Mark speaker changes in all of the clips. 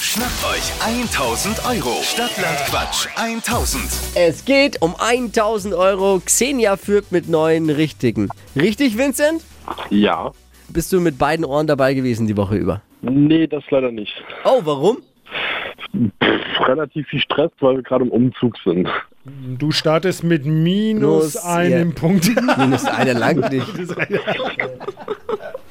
Speaker 1: Schnappt euch 1000 Euro. Stadtland Quatsch 1000.
Speaker 2: Es geht um 1000 Euro. Xenia führt mit neun Richtigen. Richtig, Vincent?
Speaker 3: Ja.
Speaker 2: Bist du mit beiden Ohren dabei gewesen die Woche über?
Speaker 3: Nee, das leider nicht.
Speaker 2: Oh, warum?
Speaker 3: Pff, relativ viel Stress, weil wir gerade im Umzug sind.
Speaker 4: Du startest mit minus
Speaker 2: Minus,
Speaker 4: einem
Speaker 2: ja.
Speaker 4: Punkt.
Speaker 2: Minus einer langt nicht.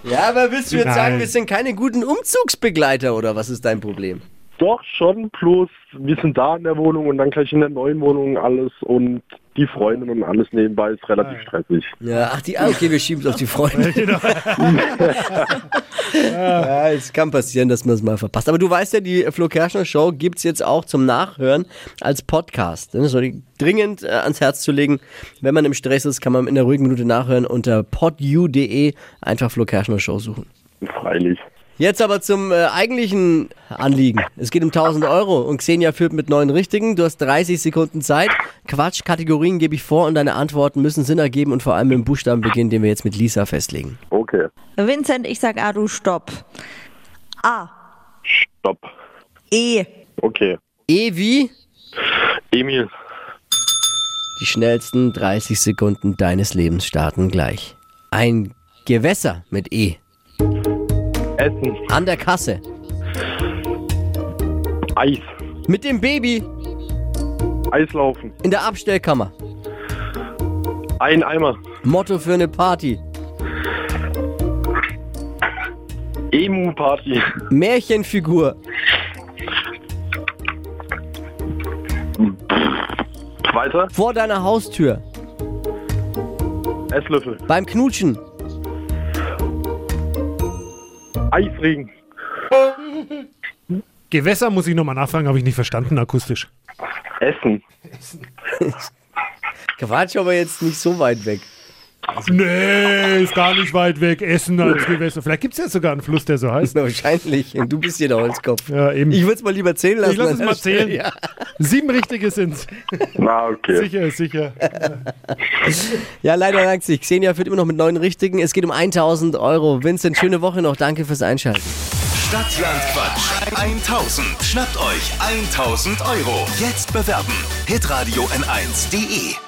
Speaker 2: Ja, aber willst du jetzt
Speaker 4: Nein.
Speaker 2: sagen, wir sind keine guten Umzugsbegleiter oder was ist dein Problem?
Speaker 3: Doch, schon, bloß wir sind da in der Wohnung und dann gleich in der neuen Wohnung alles und die Freundin und alles nebenbei ist relativ stressig.
Speaker 2: Ja, ach, die, ah, okay, wir schieben es auf die Freunde. ja, es kann passieren, dass man es mal verpasst. Aber du weißt ja, die Flo Kerschner Show gibt es jetzt auch zum Nachhören als Podcast. Das soll ich dringend äh, ans Herz zu legen. Wenn man im Stress ist, kann man in der ruhigen Minute nachhören unter podu.de einfach Flo Kerschner Show suchen.
Speaker 3: Freilich.
Speaker 2: Jetzt aber zum äh, eigentlichen Anliegen. Es geht um 1000 Euro und Xenia führt mit neun Richtigen. Du hast 30 Sekunden Zeit. Quatsch, Kategorien gebe ich vor und deine Antworten müssen Sinn ergeben und vor allem mit dem Buchstaben beginnen, den wir jetzt mit Lisa festlegen.
Speaker 3: Okay.
Speaker 5: Vincent, ich sag A, du stopp. A,
Speaker 3: Stopp.
Speaker 5: E,
Speaker 3: Okay.
Speaker 2: E wie
Speaker 3: Emil.
Speaker 2: die schnellsten 30 Sekunden deines Lebens starten gleich. Ein Gewässer mit E.
Speaker 3: Essen.
Speaker 2: An der Kasse.
Speaker 3: Eis.
Speaker 2: Mit dem Baby
Speaker 3: Eislaufen.
Speaker 2: in der Abstellkammer.
Speaker 3: Ein Eimer.
Speaker 2: Motto für eine Party.
Speaker 3: Emu-Party.
Speaker 2: Märchenfigur.
Speaker 3: Weiter.
Speaker 2: Vor deiner Haustür.
Speaker 3: Esslöffel.
Speaker 2: Beim Knutschen.
Speaker 3: Eisregen.
Speaker 4: Gewässer muss ich nochmal nachfragen, habe ich nicht verstanden akustisch.
Speaker 3: Essen.
Speaker 2: Quatsch, aber jetzt nicht so weit weg. Also-
Speaker 4: Nee, ist gar nicht weit weg. Essen als Gewässer. Vielleicht gibt es ja sogar einen Fluss, der so heißt.
Speaker 2: Wahrscheinlich. Und du bist hier der Holzkopf.
Speaker 4: Ja, eben.
Speaker 2: Ich würde es mal lieber zählen lassen.
Speaker 4: Ich lass es
Speaker 2: an
Speaker 4: mal
Speaker 2: der Stelle.
Speaker 4: zählen.
Speaker 2: Ja.
Speaker 4: Sieben richtige sind
Speaker 3: Na, Ah, okay.
Speaker 4: Sicher, ist sicher.
Speaker 2: ja, leider dankt sich. Xenia führt immer noch mit neun Richtigen. Es geht um 1000 Euro. Vincent, schöne Woche noch. Danke fürs Einschalten.
Speaker 1: Stadtland Quatsch 1000. Schnappt euch 1000 Euro. Jetzt bewerben. Hitradio N1.de